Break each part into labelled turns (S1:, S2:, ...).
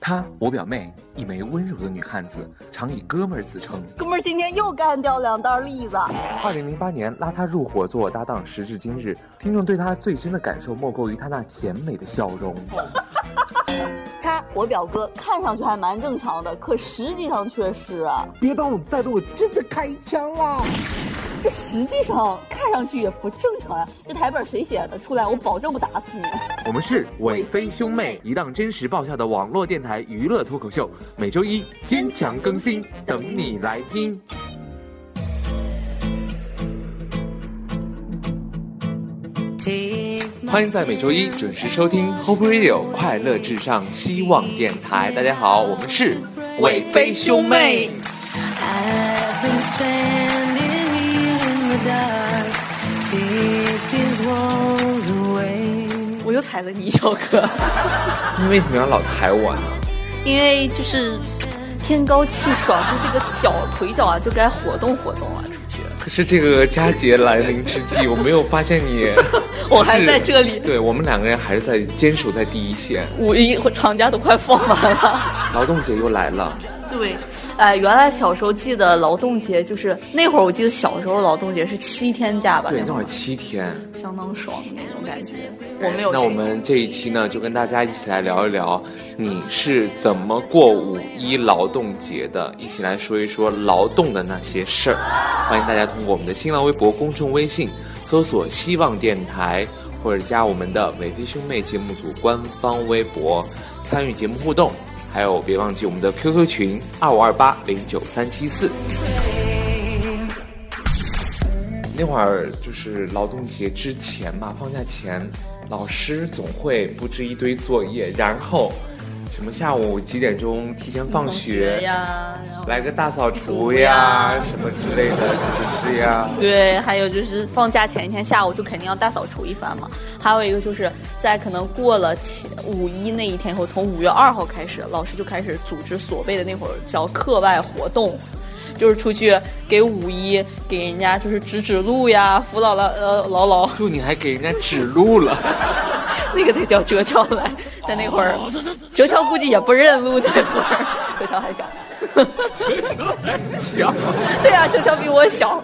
S1: 她，我表妹，一枚温柔的女汉子，常以哥们儿自称。
S2: 哥们儿今天又干掉两袋栗子，
S1: 二零零八年拉她入伙做我搭档，时至今日，听众对她最深的感受莫过于她那甜美的笑容。
S2: 他我表哥看上去还蛮正常的，可实际上却是啊，
S3: 别动，再动我真的开枪啦！
S2: 这实际上看上去也不正常呀、这台本谁写的？出来我保证不打死你。
S1: 我们是伟飞兄妹，一档真实爆笑的网络电台娱乐脱口秀，每周一坚强更新，等你来听。欢迎在每周一准时收听 Hope Radio 快乐至上希望电台。大家好，我们是伟飞兄妹。
S4: I've been stranded here in the dark. Take these walls away.
S2: 我又踩了你一脚哥，
S1: 你为什么要老踩我呢？
S2: 因为就是天高气爽，就这个脚腿脚啊就该活动活动了。，
S1: 可是这个佳节来临之际，我没有发现你
S2: 我还在这里
S1: 是对我们两个人还是在坚守在第一线。
S2: 五一和长假都快放完了。
S1: 劳动节又来了，
S2: 对，哎，原来小时候记得劳动节，就是那会儿我记得小时候劳动节是七天假吧，
S1: 对，
S2: 那
S1: 那
S2: 会
S1: 会
S2: 儿
S1: 儿七天。
S2: 相当爽的那种感觉。我没有、这
S1: 那
S2: 个
S1: 我们这一期呢，就跟大家一起来聊一聊，你是怎么过五一劳动节的？一起来说一说劳动的那些事儿。欢迎大家通过我们的新浪微博、公众微信搜索“希望电台”，或者加我们的“伟飞兄妹”节目组官方微博参与节目互动。还有，别忘记我们的 QQ 群二五二八零九三七四。那会儿就是劳动节之前吧，放假前，老师总会布置一堆作业，然后什么下午几点钟提前放
S2: 同
S1: 学，
S2: 呀，然后
S1: 来个大扫除
S2: 呀
S1: 呀，什么之类的，是不是呀？
S2: 对，还有就是放假前一天下午就肯定要大扫除一番嘛。还有一个就是在可能过了七五一那一天以后，从五月二号开始，老师就开始组织所谓的那会儿叫课外活动。就是出去给五一给人家就是指指路呀，扶老老呃老老
S1: 就你还给人家指路 了，
S2: 那个得叫哲桥来，在那会儿，
S1: 哦
S2: 哲桥估计也不认路，那会儿 哲桥还小，
S1: 小
S2: 对啊，哲桥比我小，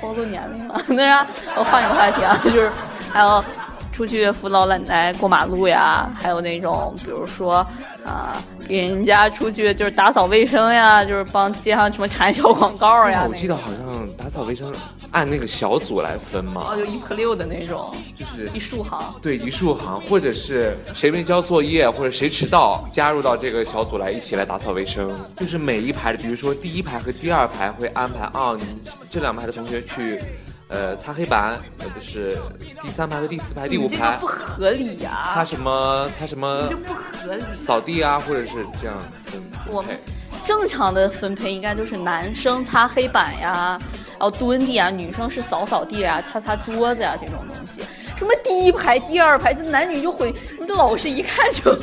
S2: 暴露年龄了。 那啥，我换一个话题啊， 就是还有出去扶老奶奶过马路呀，还有那种比如说啊、给人家出去就是打扫卫生呀，就是帮街上什么缠小广告呀，
S1: 哎我
S2: 那
S1: 记
S2: 种
S1: 得好像打扫卫生按那个小组来分嘛
S2: 哦，，就一颗六的那种，
S1: 就是
S2: 一竖行。
S1: 对一竖行，或者是谁没交作业，或者谁迟到，加入到这个小组来一起来打扫卫生。就是每一排，比如说第一排和第二排会安排啊、你这两排的同学去，呃，擦黑板，有的是第三排和第四排、第
S2: 你
S1: 五
S2: 这个
S1: 排
S2: 不合理呀、
S1: 擦什么擦什
S2: 你
S1: 么
S2: 这不合理。
S1: 扫地啊，或者是这样分
S2: 我
S1: 配
S2: 们。正常的分配应该就是男生擦黑板呀，然后蹲地啊，女生是扫扫地呀、擦擦桌子呀、这种东西。什么第一排、第二排，这男女就混，你这老师一看就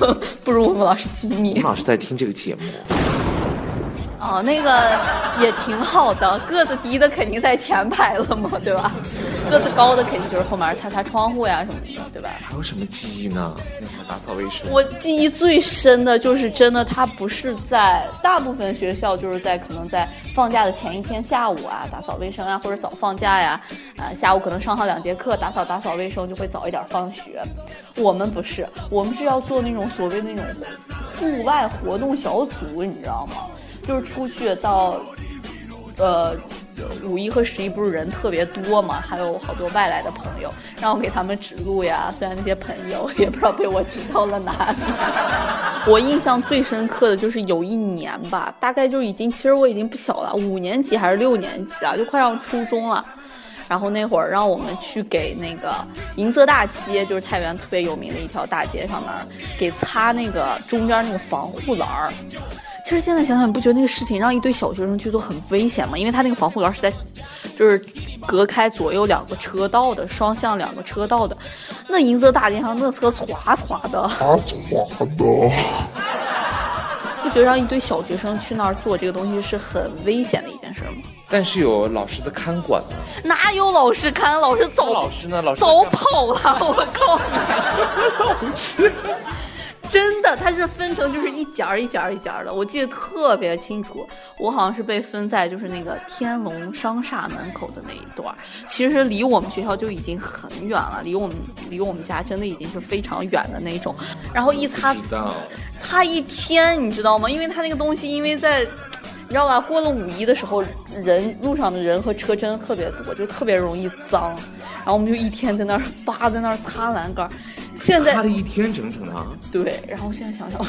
S2: 不如我们老师机
S1: 我
S2: 密
S1: 们老师在听这个节目，
S2: 哦，那个也挺好的，个子低的肯定在前排了嘛，对吧？个子高的肯定就是后面擦擦窗户呀什么的，对吧？
S1: 还有什么记忆呢？那会儿打扫卫生，
S2: 我记忆最深的就是真的，他不是在大部分学校，就是在可能在放假的前一天下午啊，打扫卫生啊，或者早放假呀，啊、下午可能上上两节课，打扫打扫卫生就会早一点放学。我们不是，我们是要做那种所谓那种户外活动小组，你知道吗？就是出去到呃，五一和十一不是人特别多嘛，还有好多外来的朋友，让我给他们指路呀。虽然那些朋友也不知道被我指到了哪 里。我印象最深刻的就是有一年吧，大概就已经，其实我已经不小了，五年级还是六年级啊，就快上初中了。然后那会儿让我们去给那个银泽大街，就是太原特别有名的一条大街上面儿，给擦那个中间那个防护栏儿。其实现在想想，你不觉得那个事情让一堆小学生去做很危险吗？因为他那个防护栏是在，就是隔开左右两个车道的，双向两个车道的。那银泽大街上那车歘歘的，
S3: 啊，咋 的？
S2: 不觉得让一堆小学生去那儿做这个东西是很危险的一件事吗？
S1: 但是有老师的看管呢。
S2: 哪有老师看？老师早
S1: 老师呢？老师在
S2: 早
S1: 干嘛
S2: 跑了，我靠！老师，真的，它是分成就是一节儿一节儿一节儿的，我记得特别清楚。我好像是被分在就是那个天龙商厦门口的那一段儿，其实离我们学校就已经很远了，离我们离我们家真的已经是非常远的那种。然后一擦
S1: 知道，
S2: 擦一天，你知道吗？因为它那个东西，因为在。你知道吧？过了五一的时候，人路上的人和车真的特别多，就特别容易脏。然后我们就一天在那儿扒，在那儿擦栏杆儿。现在
S1: 擦了一天整整的啊，
S2: 对，然后现在想想，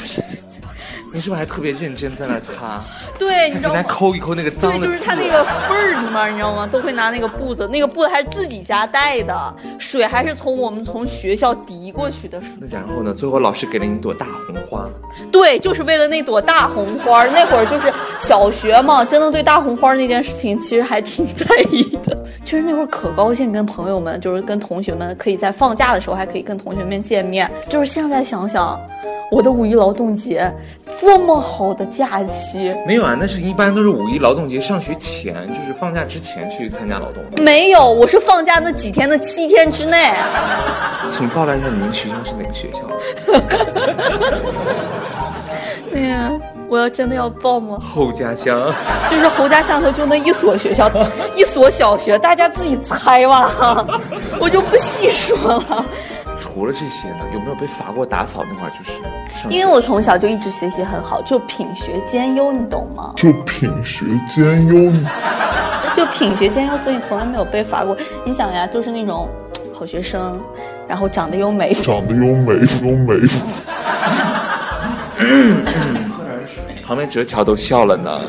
S1: 你是不是还特别认真在那儿擦？
S2: 对，你知
S1: 你
S2: 道
S1: 来
S2: 吗？
S1: 抠一抠那个脏
S2: 对，
S1: 的
S2: 就
S1: 字。
S2: 是它那个缝儿里面，你知道吗？都会拿那个布子，那个布子还是自己家带的，水还是从我们从学校滴过去的水。
S1: 那然后呢？最后老师给了你一朵大红花，
S2: 对，就是为了那朵大红花儿。那会儿就是小学嘛，真的对大红花儿那件事情其实还挺在意的。 其实那会儿可高兴，跟朋友们，就是跟同学们，可以在放假的时候还可以跟同学们见面。就是现在想想，我的五一劳动节这么好的假期，
S1: 没有啊？那是一般都是五一劳动节上学前，就是放假之前去参加劳动。
S2: 没有，我是放假那几天的七天之内。
S1: 请爆料一下你们学校是哪个学校？
S2: 哎呀，我要真的要报吗？
S1: 后家乡。
S2: 就是侯家巷头就那一所学校，一所小学，大家自己猜吧， 我就不细说了。
S1: 除了这些呢，有没有被罚过打扫？那会儿就是上学
S2: 因为我从小就一直学习很好，就品学兼优，你懂吗？
S3: 就品学兼优，
S2: 就品学兼优，所以从来没有被罚过。你想呀，就是那种嘖好学生，然后长得又美，
S3: 长得又美又美。
S1: 旁边哲乔都笑了呢。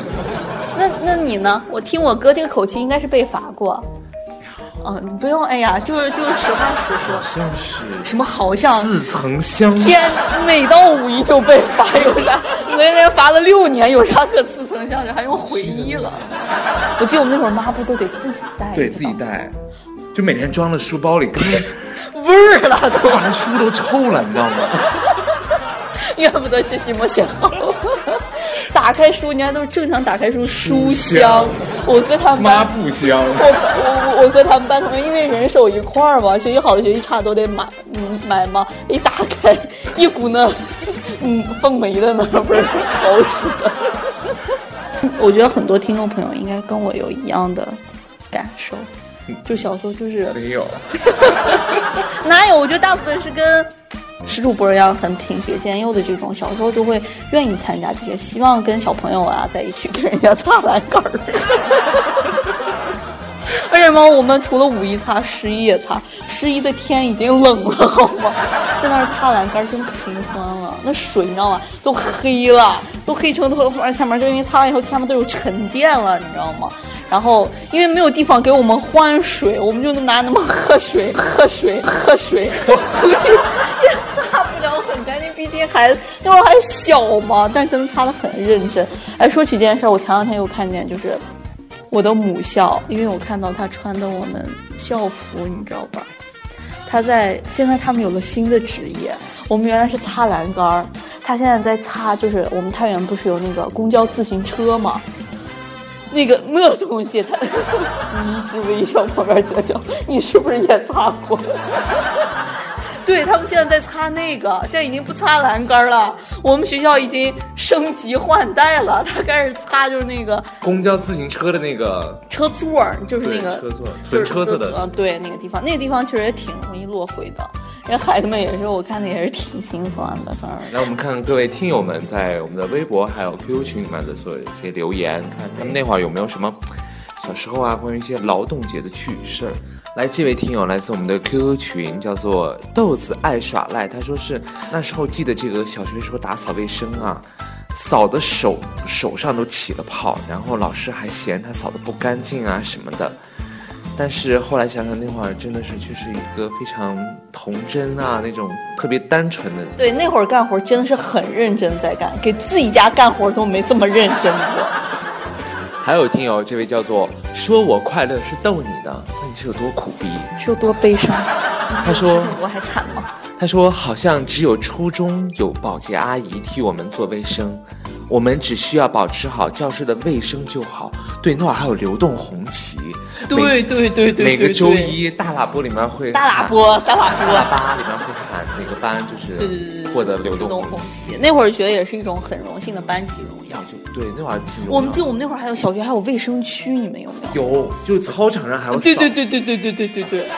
S2: 那那你呢？我听我哥这个口气，应该是被罚过。哦，你不用，哎呀，就是就是实话实说，
S1: 像是
S2: 什么好像
S1: 似曾相识。
S2: 天，每到五一就被罚，有啥？连连罚了六年，有啥可似曾相识？还用回忆了？ 我记得我们那会儿抹布都得自己带，
S1: 对自己带，就每天装了书包里，
S2: 味儿了都
S1: 都，把那书都臭了，你知道吗？
S2: 怨不得学习没学好。 打开书，人家都是正常打开书，书
S1: 香
S2: 香。我哥他们
S1: 抹
S2: 班，
S1: 布香。
S2: 我我我我哥他们班同学，因为人手一块儿嘛，学习好的学习差的都得买，嗯买嘛。一打开，一股那，嗯凤梅的那味儿，潮湿的。我觉得很多听众朋友应该跟我有一样的感受，就小时候就是
S1: 没有，
S2: 哪有？我觉得大部分是跟石主播一样很品学兼优的这种，小时候就会愿意参加这些，希望跟小朋友啊在一起跟人家擦栏杆儿。而且嘛，我们除了五一擦，十一也擦。十一的天已经冷了，好吗？在那儿擦栏杆儿真可心酸了。那水你知道吗？都黑了，都黑成头发前面，就因为擦完以后天上都有沉淀了，你知道吗？然后因为没有地方给我们换水，我们就拿那么喝水、喝水、喝水， 估计也擦不了很干净，毕竟还那会儿还小嘛。但真的擦得很认真。哎，说起这件事儿，我前两天又看见就是。我的母校，因为我看到她穿的我们校服，你知道吧？她在现在他们有了新的职业，我们原来是擦栏杆儿，她现在在擦，就是我们太原不是有那个公交自行车嘛，那个 那东西，她你一直微笑旁边折角，你是不是也擦过？ 对他们现在在擦那个，现在已经不擦栏杆儿了。我们学校已经升级换代了，他开始擦就是那个
S1: 公交自行车的那个
S2: 车座儿，就是那
S1: 对
S2: 个
S1: 车座儿纯
S2: 就是
S1: 车子的
S2: 嗯，对那个地方，那个地方其实也挺容易落灰的。人家孩子们也是，我看的也是挺心酸的，反正
S1: 来，我们看看各位听友们在我们的微博还有 QQ 群里面的所有的一些留言，看他们那会儿有没有什么小时候啊，关于一些劳动节的趣事儿。来，这位听友来自我们的 QQ 群，叫做豆子爱耍赖，他说是那时候记得这个小学时候打扫卫生啊，扫的手手上都起了泡，然后老师还嫌他扫的不干净啊什么的。但是后来想想，那会儿真的是就是一个非常童真啊，那种特别单纯的
S2: 对那会儿干活真的是很认真在干，给自己家干活都没这么认真过。
S1: 还有听友，这位叫做“说我快乐是逗你的”，那你是有多苦逼？
S2: 是有多悲伤？
S1: 他说
S2: 我还惨吗？
S1: 他说好像只有初中有保洁阿姨替我们做卫生，我们只需要保持好教室的卫生就好。对，那会儿还有流动红旗，
S2: 对对对对
S1: 每
S2: 对，
S1: 每个
S2: 对
S1: 周，一大喇叭里面会
S2: 大
S1: 喊
S2: 喇，叭，大喇
S1: 大喇
S2: 叭，
S1: 叭里面会喊哪个班就是
S2: 对对对对对
S1: 获得流动
S2: 东
S1: 红
S2: 红
S1: 旗，
S2: 旗，那会儿觉得也是一种很荣幸的班级荣耀
S1: 要。就对，那会儿还挺有
S2: 我们
S1: 的
S2: 记得我们那会儿还有小学还有卫生区，你们有没有？
S1: 有，就是操场上还有
S2: 对
S1: 扫
S2: 对对对对对对对对，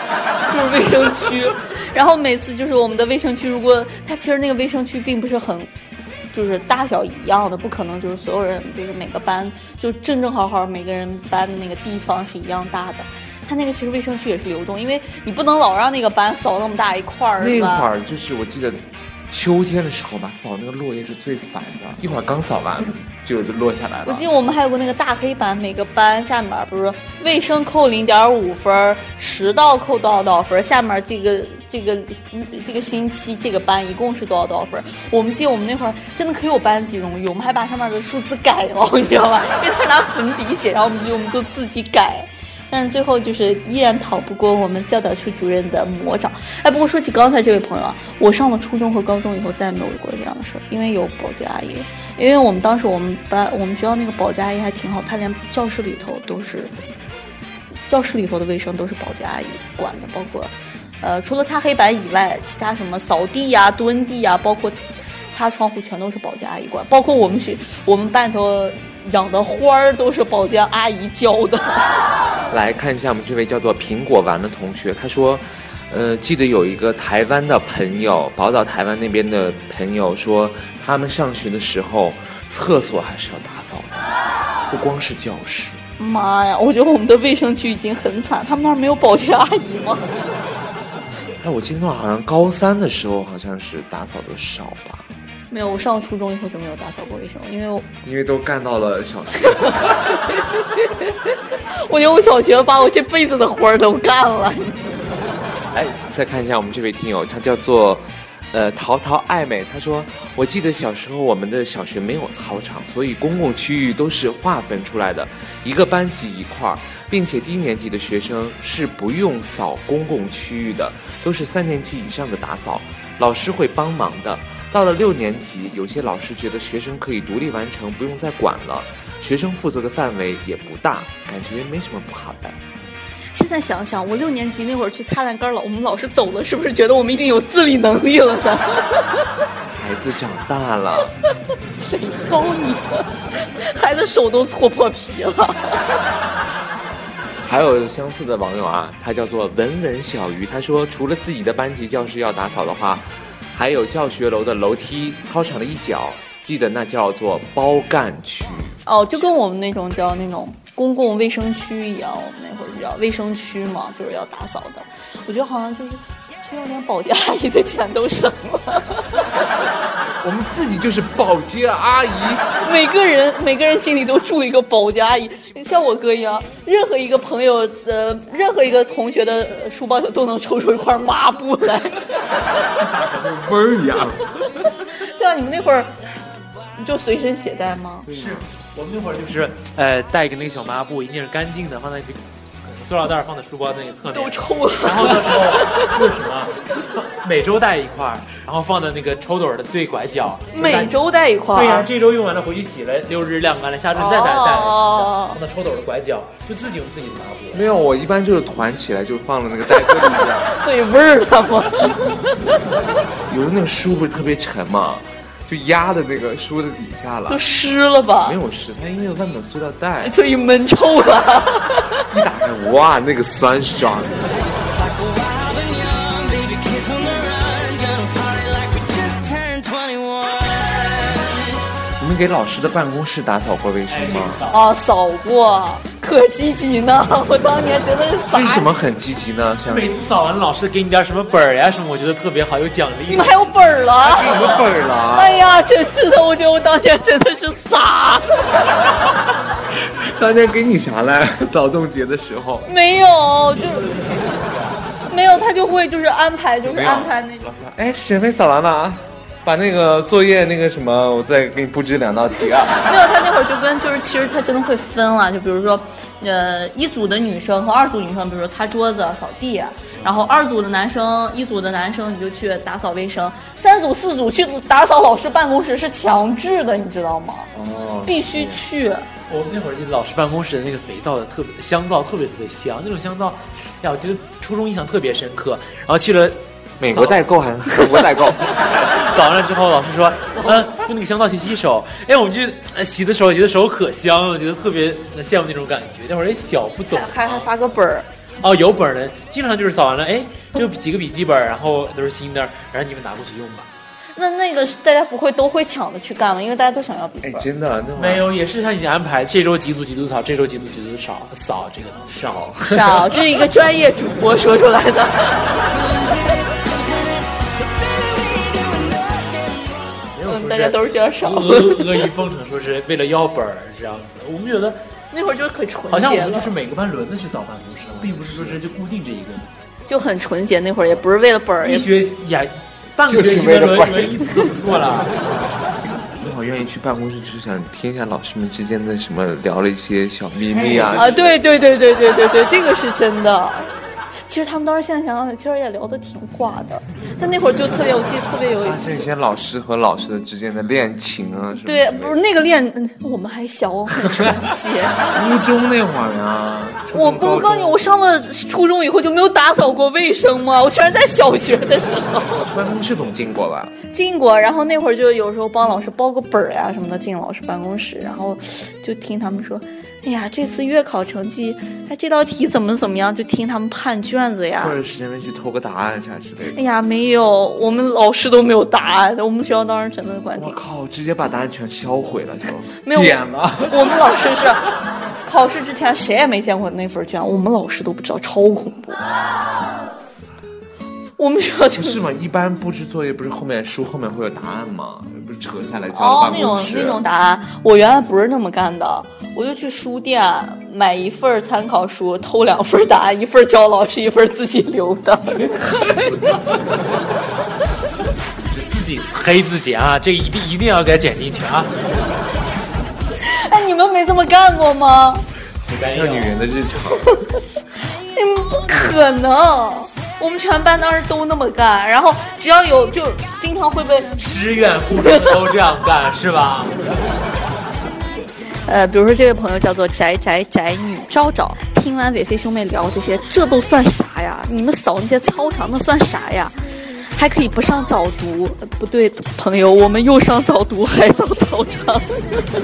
S2: 就是卫生区。 然后每次就是我们的卫生区，如果它其实那个卫生区并不是很，就是大小一样的，不可能就是所有人就是每个班就正正好好每个人班的那个地方是一样大的。它那个其实卫生区也是流动，因为你不能老让那个班扫那么大一块儿，
S1: 那
S2: 是吧
S1: 会儿就是我记得，秋天的时候吧，扫那个落叶是最烦的，一会儿刚扫完就落下来了。
S2: 我记得我们还有个那个大黑板，每个班下面不是卫生扣零点五分儿，迟到扣多少多少分儿，下面这个这个嗯这个星期这个班一共是多少多少分儿。我们记得我们那会儿真的可有班级荣誉，我们还把上面的数字改了， 你知道吧？因为他是拿粉笔写，然后我们就我们就自己改。但是最后就是依然逃不过我们教导处主任的魔掌。哎，不过说起刚才这位朋友啊，我上了初中和高中以后再也没有过这样的事儿，因为有保洁阿姨。因为我们当时我们班我们学校那个保洁阿姨还挺好，她连教室里头都是，教室里头的卫生都是保洁阿姨管的，包括，呃，除了擦黑板以外，其他什么扫地呀、蹲地呀，包括擦窗户全都是保洁阿姨管，包括我们学我们班里头养的花儿都是保洁阿姨浇的。
S1: 来看一下我们这位叫做苹果丸的同学，他说，呃，记得有一个台湾的朋友，宝岛台湾那边的朋友说，他们上学的时候，厕所还是要打扫的，不光是教室。
S2: 妈呀！我觉得我们的卫生区已经很惨，他们那儿没有保洁阿姨吗？
S1: 哎，我记得那会儿好像高三的时候，好像是打扫的少吧，
S2: 没有，我上了初中以后就没有打扫过卫生，因为我
S1: 因为都干到了小学。
S2: 我觉得我小学把我这辈子的活儿都干了。
S1: 哎，再看一下我们这位听友，他叫做呃淘淘爱美，他说：“我记得小时候我们的小学没有操场，所以公共区域都是划分出来的，一个班级一块儿，并且低年级的学生是不用扫公共区域的，都是三年级以上的打扫，老师会帮忙的。”到了六年级，有些老师觉得学生可以独立完成，不用再管了。学生负责的范围也不大，感觉没什么不好的。
S2: 现在想想，我六年级那会儿去擦栏杆了，我们老师走了，是不是觉得我们已经有自理能力了呢？
S1: 孩子长大了。
S2: 谁告你？ 孩子手都搓破皮了。
S1: 还有相似的网友啊，他叫做文文小鱼，他说除了自己的班级教室要打扫的话，还有教学楼的楼梯、操场的一角，记得那叫做包干区。
S2: 哦，就跟我们那种叫那种公共卫生区一样，我们那会儿就叫卫生区嘛，就是要打扫的。我觉得好像就是，居然连保洁阿姨的钱都省了。
S1: 我们自己就是保洁阿姨，
S2: 每个人每个人心里都住一个保洁阿姨，像我哥一样，任何一个朋友呃，任何一个同学的呃书包都能抽出一块抹布来。
S1: 味儿一样。
S2: 对啊，你们那会儿就随身携带吗？
S5: 我们那会儿就是，呃，带一个那个小抹布，一定是干净的，放在一个塑料袋儿，放在书包那个侧面。
S2: 都抽啊了。
S5: 然后到时候为什么每周带一块儿，然后放在那个抽斗儿的最拐角。
S2: 每周带一块儿。
S5: 对呀、这周用完了回去洗了，六日晾干了，下周再带带
S2: 哦
S5: 了，放到抽斗儿的拐角，就自己用自己的抹布。
S1: 没有，我一般就是团起来就放了那个袋子里面，
S2: 嘴味儿了吗？
S1: 啊 有的那个书不是特别沉嘛，就压在那个书的底下了
S2: 都。湿了吧
S1: 没？有湿，它因为外面有塑料袋，
S2: 所以闷臭了。
S1: 一打开，哇，那个酸爽。你们给老师的办公室打扫过卫生
S5: 哎，这
S1: 吗
S5: 个？扫
S2: 啊，扫过，可积极呢。我当年真的是傻。
S1: 为什么？很积极呢？像
S5: 每次扫完老师给你点什么本儿呀什么，我觉得特别好，有奖
S2: 你
S5: 励
S2: 们。还有本儿了？
S1: 什么本儿了？
S2: 哎呀，真是的，我觉得我当年真的是傻。
S1: 当年给你啥来？劳动节的时候，
S2: 没有，就没有，他就会就是安排，就是安排那种。
S1: 哎，学费扫完了啊，把那个作业那个什么，我再给你布置两道题啊。
S2: 没有，他那会儿就跟就是，其实他真的会分了，就比如说，呃，一组的女生和二组女生，比如说擦桌子、扫地，啊然后二组的男生、一组的男生你就去打扫卫生，三组、四组去打扫老师办公室是强制的，你知道吗？
S1: 哦，
S2: 必须去。
S5: 我们那会儿进老师办公室的那个肥皂的特别香皂特别特别香，那种香皂，哎呀，我觉得初中印象特别深刻。然后去了
S1: 美国代购还是韩国代购？
S5: 早上之后，老师说，嗯，用那个香皂洗洗手。哎，我们就呃洗的手，洗的手可香了，觉得特别呃羡慕那种感觉。那会儿也小，不懂。
S2: 还还发个本儿，
S5: 哦，有本儿的，经常就是扫完了，哎，就几个笔记本儿，然后都是新的，然后你们拿过去用吧。
S2: 那那个是大家不会都会抢着去干吗？因为大家都想要笔记
S1: 哎，
S2: 本。
S1: 真的，那会儿
S5: 没有，也是像你的安排，这周几组几组扫，这周几组几组扫扫这个东西。
S1: 少。
S2: 少，这是一个专业主播说出来的。
S5: 没有说
S2: 嗯，大家都是这样少
S5: 阿。阿谀奉承，说是为了要本儿这样子。我们觉得
S2: 那会儿就是可纯洁了，
S5: 好像我们就是每个班轮着去扫办公室，并不是说是就固定这一个。
S2: 就很纯洁。那会儿也不是为了本儿，
S5: 一
S2: 也
S5: 学也半个学期的轮轮一次都不错了。
S1: 那会儿愿意去办公室，就是想听一下老师们之间的什么聊了一些小秘密啊。
S2: 啊，对对对对对对对，这个是真的。其实他们当时现在想想，其实也聊得挺挂的，但那会儿就特别，我记得特别有。
S1: 发现一些老师和老师的之间的恋情啊，什么之，
S2: 对
S1: 类的
S2: 不是那个恋，嗯我们还小，很纯洁。
S1: 初中那会儿呀，初中
S2: 我不我告诉你，
S1: 高中
S2: 我上了初中以后就没有打扫过卫生吗？我全是在小学的时候
S1: 办公室总进过吧？
S2: 进过，然后那会儿就有时候帮老师包个本儿啊呀、什么的进老师办公室，然后就听他们说，哎呀，这次月考成绩，哎，这道题怎么怎么样，就听他们判卷子呀
S1: 或。者是因为去偷个答案啥之类的
S2: 哎。呀，没有，我们老师都没有答案，我们学校当时真的管
S1: 我
S2: 挺，
S1: 靠，直接把答案全销毁了就。
S2: 哎没有
S5: 点吧，
S2: 我们老师是。考试之前谁也没见过那份卷，我们老师都不知道，超恐怖。我们学校 就
S1: 不是嘛？一般布置作业不是后面书后面会有答案吗？不是扯下来交
S2: 哦
S1: 到，办
S2: 那种
S1: 公室。
S2: 那种答案，我原来不是那么干的，我就去书店买一份儿参考书，偷两份儿答案，一份儿交老师，一份儿自己留的。
S5: 自己黑自己啊，这一定一定要给它剪进去啊。
S2: 哎，你们没这么干过吗？
S5: 没
S1: 像女人的日常，
S2: 你们哎不可能。我们全班当时都那么干，然后只要有就经常会被
S5: 师院护士都这样干是吧？
S2: 呃，比如说这位朋友叫做宅宅宅女昭昭，听完伟飞兄妹聊这些，这都算啥呀？你们扫那些操场那算啥呀？还可以不上早读？呃不对，朋友，我们又上早读还上操场。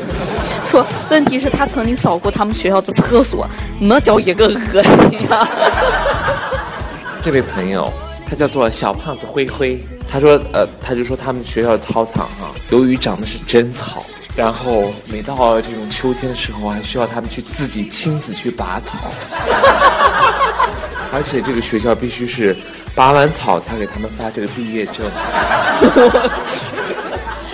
S2: 说问题是他曾经扫过他们学校的厕所，那叫一个恶心啊！
S1: 这位朋友，他叫做小胖子灰灰，他说，呃，他就说他们学校的操场哈、由于长的是真草，然后每到这种秋天的时候，还需要他们去自己亲自去拔草， 而且这个学校必须是拔完草才给他们发这个毕业证，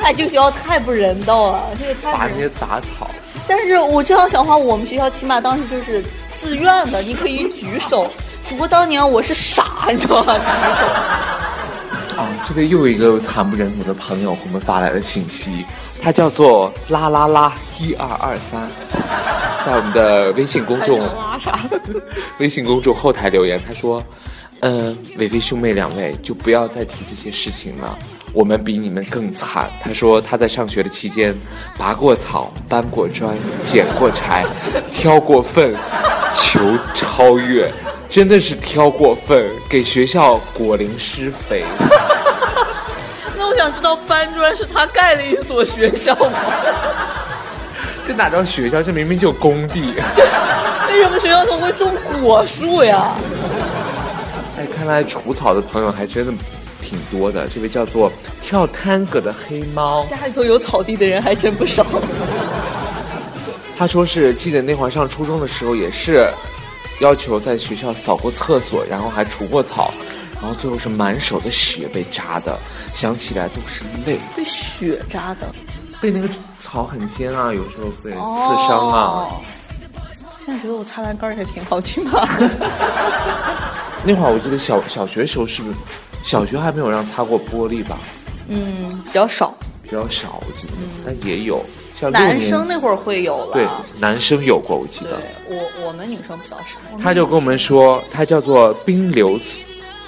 S2: 哎，这个学校太不人道了，这个太不
S1: 拔
S2: 人
S1: 这
S2: 道
S1: 些杂草。
S2: 但是我这样想的话，我们学校起码当时就是自愿的，你可以举手。 只不过当年我是傻，你知道吗？举手。
S1: 啊，这个又有一个惨不忍睹的朋友给我们发来的信息，他叫做啦啦啦一二二三，在我们的微信公众
S2: 拉啥？
S1: 微信公众后台留言，他说：“嗯，伟飞兄妹两位就不要再提这些事情了，我们比你们更惨。”他说他在上学的期间，拔过草，搬过砖，捡过柴，挑过粪，求超越，真的是挑过粪，给学校果零施肥。
S2: 那我想知道搬砖是他盖了一所学校吗？
S1: 这哪叫学校？这明明就工地。
S2: 为什么学校总会种果树呀？
S1: 哎，看来除草的朋友还真的挺多的。这位叫做跳探戈的黑猫，
S2: 家里头有草地的人还真不少。
S1: 他说是记得那会儿上初中的时候也是要求在学校扫过厕所，然后还除过草，然后最后是满手的血被扎的，想起来都是泪。
S2: 被雪扎的，
S1: 被那个草很尖啊，有时候会刺伤啊。
S2: 哦。现在觉得我擦栏杆儿也挺好去 吧？
S1: 那会儿我记得小小学时候是不是小学还没有让擦过玻璃吧？
S2: 嗯，比较少。
S1: 比较少，我记得，但也有。像六
S2: 嗯男
S1: 年
S2: 生
S1: 级
S2: 那会儿会有了。
S1: 对，男生有过，我记
S2: 对
S1: 得。
S2: 我我们女生比较少。
S1: 他就跟我们说，他叫做冰流，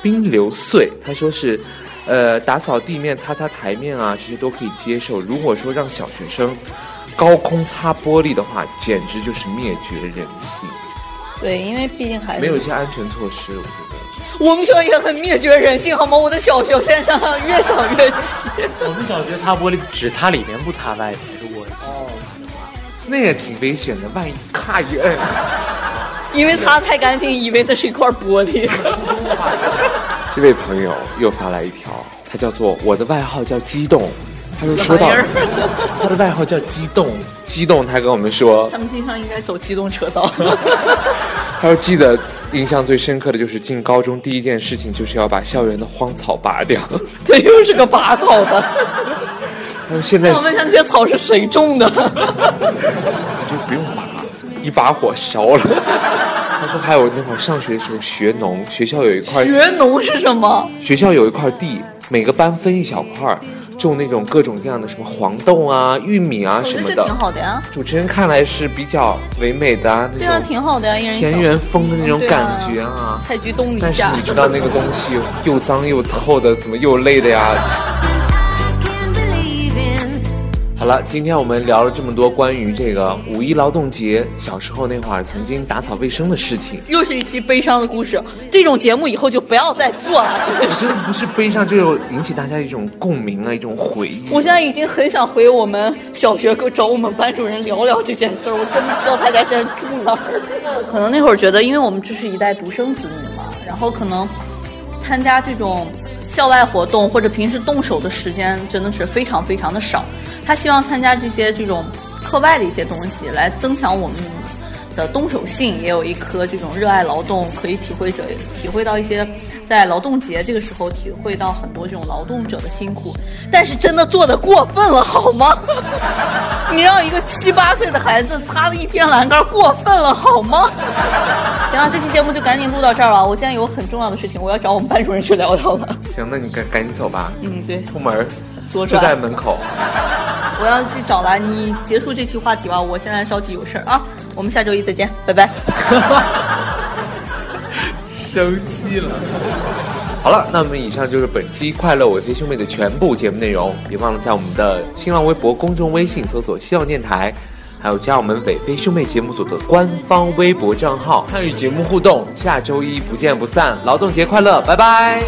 S1: 冰流碎。他说是，呃，打扫地面、擦擦台面啊，这些都可以接受。如果说让小学生高空擦玻璃的话，简直就是灭绝人性，
S2: 对，因为毕竟还是
S1: 没有一些安全措施，我觉得。
S2: 我们学校也很灭绝人性，好吗？我的小学，我现在想想越想越气。
S5: 我们小学擦玻璃只擦里面不擦外面，如果
S1: 那也挺危险的，万一咔一摁，
S2: 因为擦得太干净，以为那是一块玻璃。
S1: 这位朋友又发来一条，他叫做我的外号叫激动，他就说到
S5: 什么玩意
S1: 他的外号叫激动，激动他跟我们说，
S2: 他们经常应该走机动车道。
S1: 他说记得印象最深刻的就是进高中第一件事情就是要把校园的荒草拔 掉，
S2: 这又是个拔草 的，
S1: 他说现在
S2: 我问一下这些草是谁种 的？
S1: 就不用拔，一把火烧了。 他说还有那会儿上学的时候学农，学校有一块
S2: 学农是什么？
S1: 学校有一块地，每个班分一小块儿，种那种各种各样的什么黄豆啊、玉米啊
S2: 我
S1: 什
S2: 觉
S1: 么
S2: 得这
S1: 的
S2: 挺。好的呀，
S1: 主持人看来是比较唯美的、啊、
S2: 对啊，
S1: 那种
S2: 挺好的呀，一人一小
S1: 田园风的那种
S2: 对啊
S1: 感觉啊。
S2: 菜菊东篱
S1: 但是
S2: 下
S1: 你。知道那个东西又脏又臭的，怎么又累的呀？
S4: Can't believe in
S1: 好了，今天我们聊了这么多关于这个五一劳动节小时候那会儿曾经打扫卫生的事情。
S2: 又是一期悲伤的故事，这种节目以后就不要再做了，真的
S1: 可
S2: 是。
S1: 是不是悲伤，就引起大家一种共鸣啊，一种回忆。
S2: 我现在已经很想回我们小学跟找我们班主任聊聊这件事儿，我真的知道大家现在住哪儿。可能那会儿觉得，因为我们这是一代独生子女嘛，然后可能参加这种校外活动或者平时动手的时间真的是非常非常的少。他希望参加这些这种课外的一些东西，来增强我们的动手性，也有一颗这种热爱劳动，可以体会者体会到一些在劳动节这个时候体会到很多这种劳动者的辛苦，但是真的做的过分了好吗？你让一个七八岁的孩子擦了一天栏杆，过分了好吗？行啊了，这期节目就赶紧录到这儿了，我现在有很重要的事情，我要找我们班主任去聊聊了。
S1: 行，那你赶赶紧走吧，
S2: 嗯，对，
S1: 出门儿
S2: 左
S1: 就在
S2: 转
S1: 门口。
S2: 我要去找了，你结束这期话题吧，我现在着急有事儿啊。我们下周一再见，拜拜。
S5: 生气了。
S1: 好了，那么以上就是本期《快乐我飞兄妹》的全部节目内容。别忘了在我们的新浪微博、公众微信搜索“希望电台”，还有加我们“伟飞兄妹”节目组的官方微博账号参与节目互动。下周一不见不散，劳动节快乐，拜拜。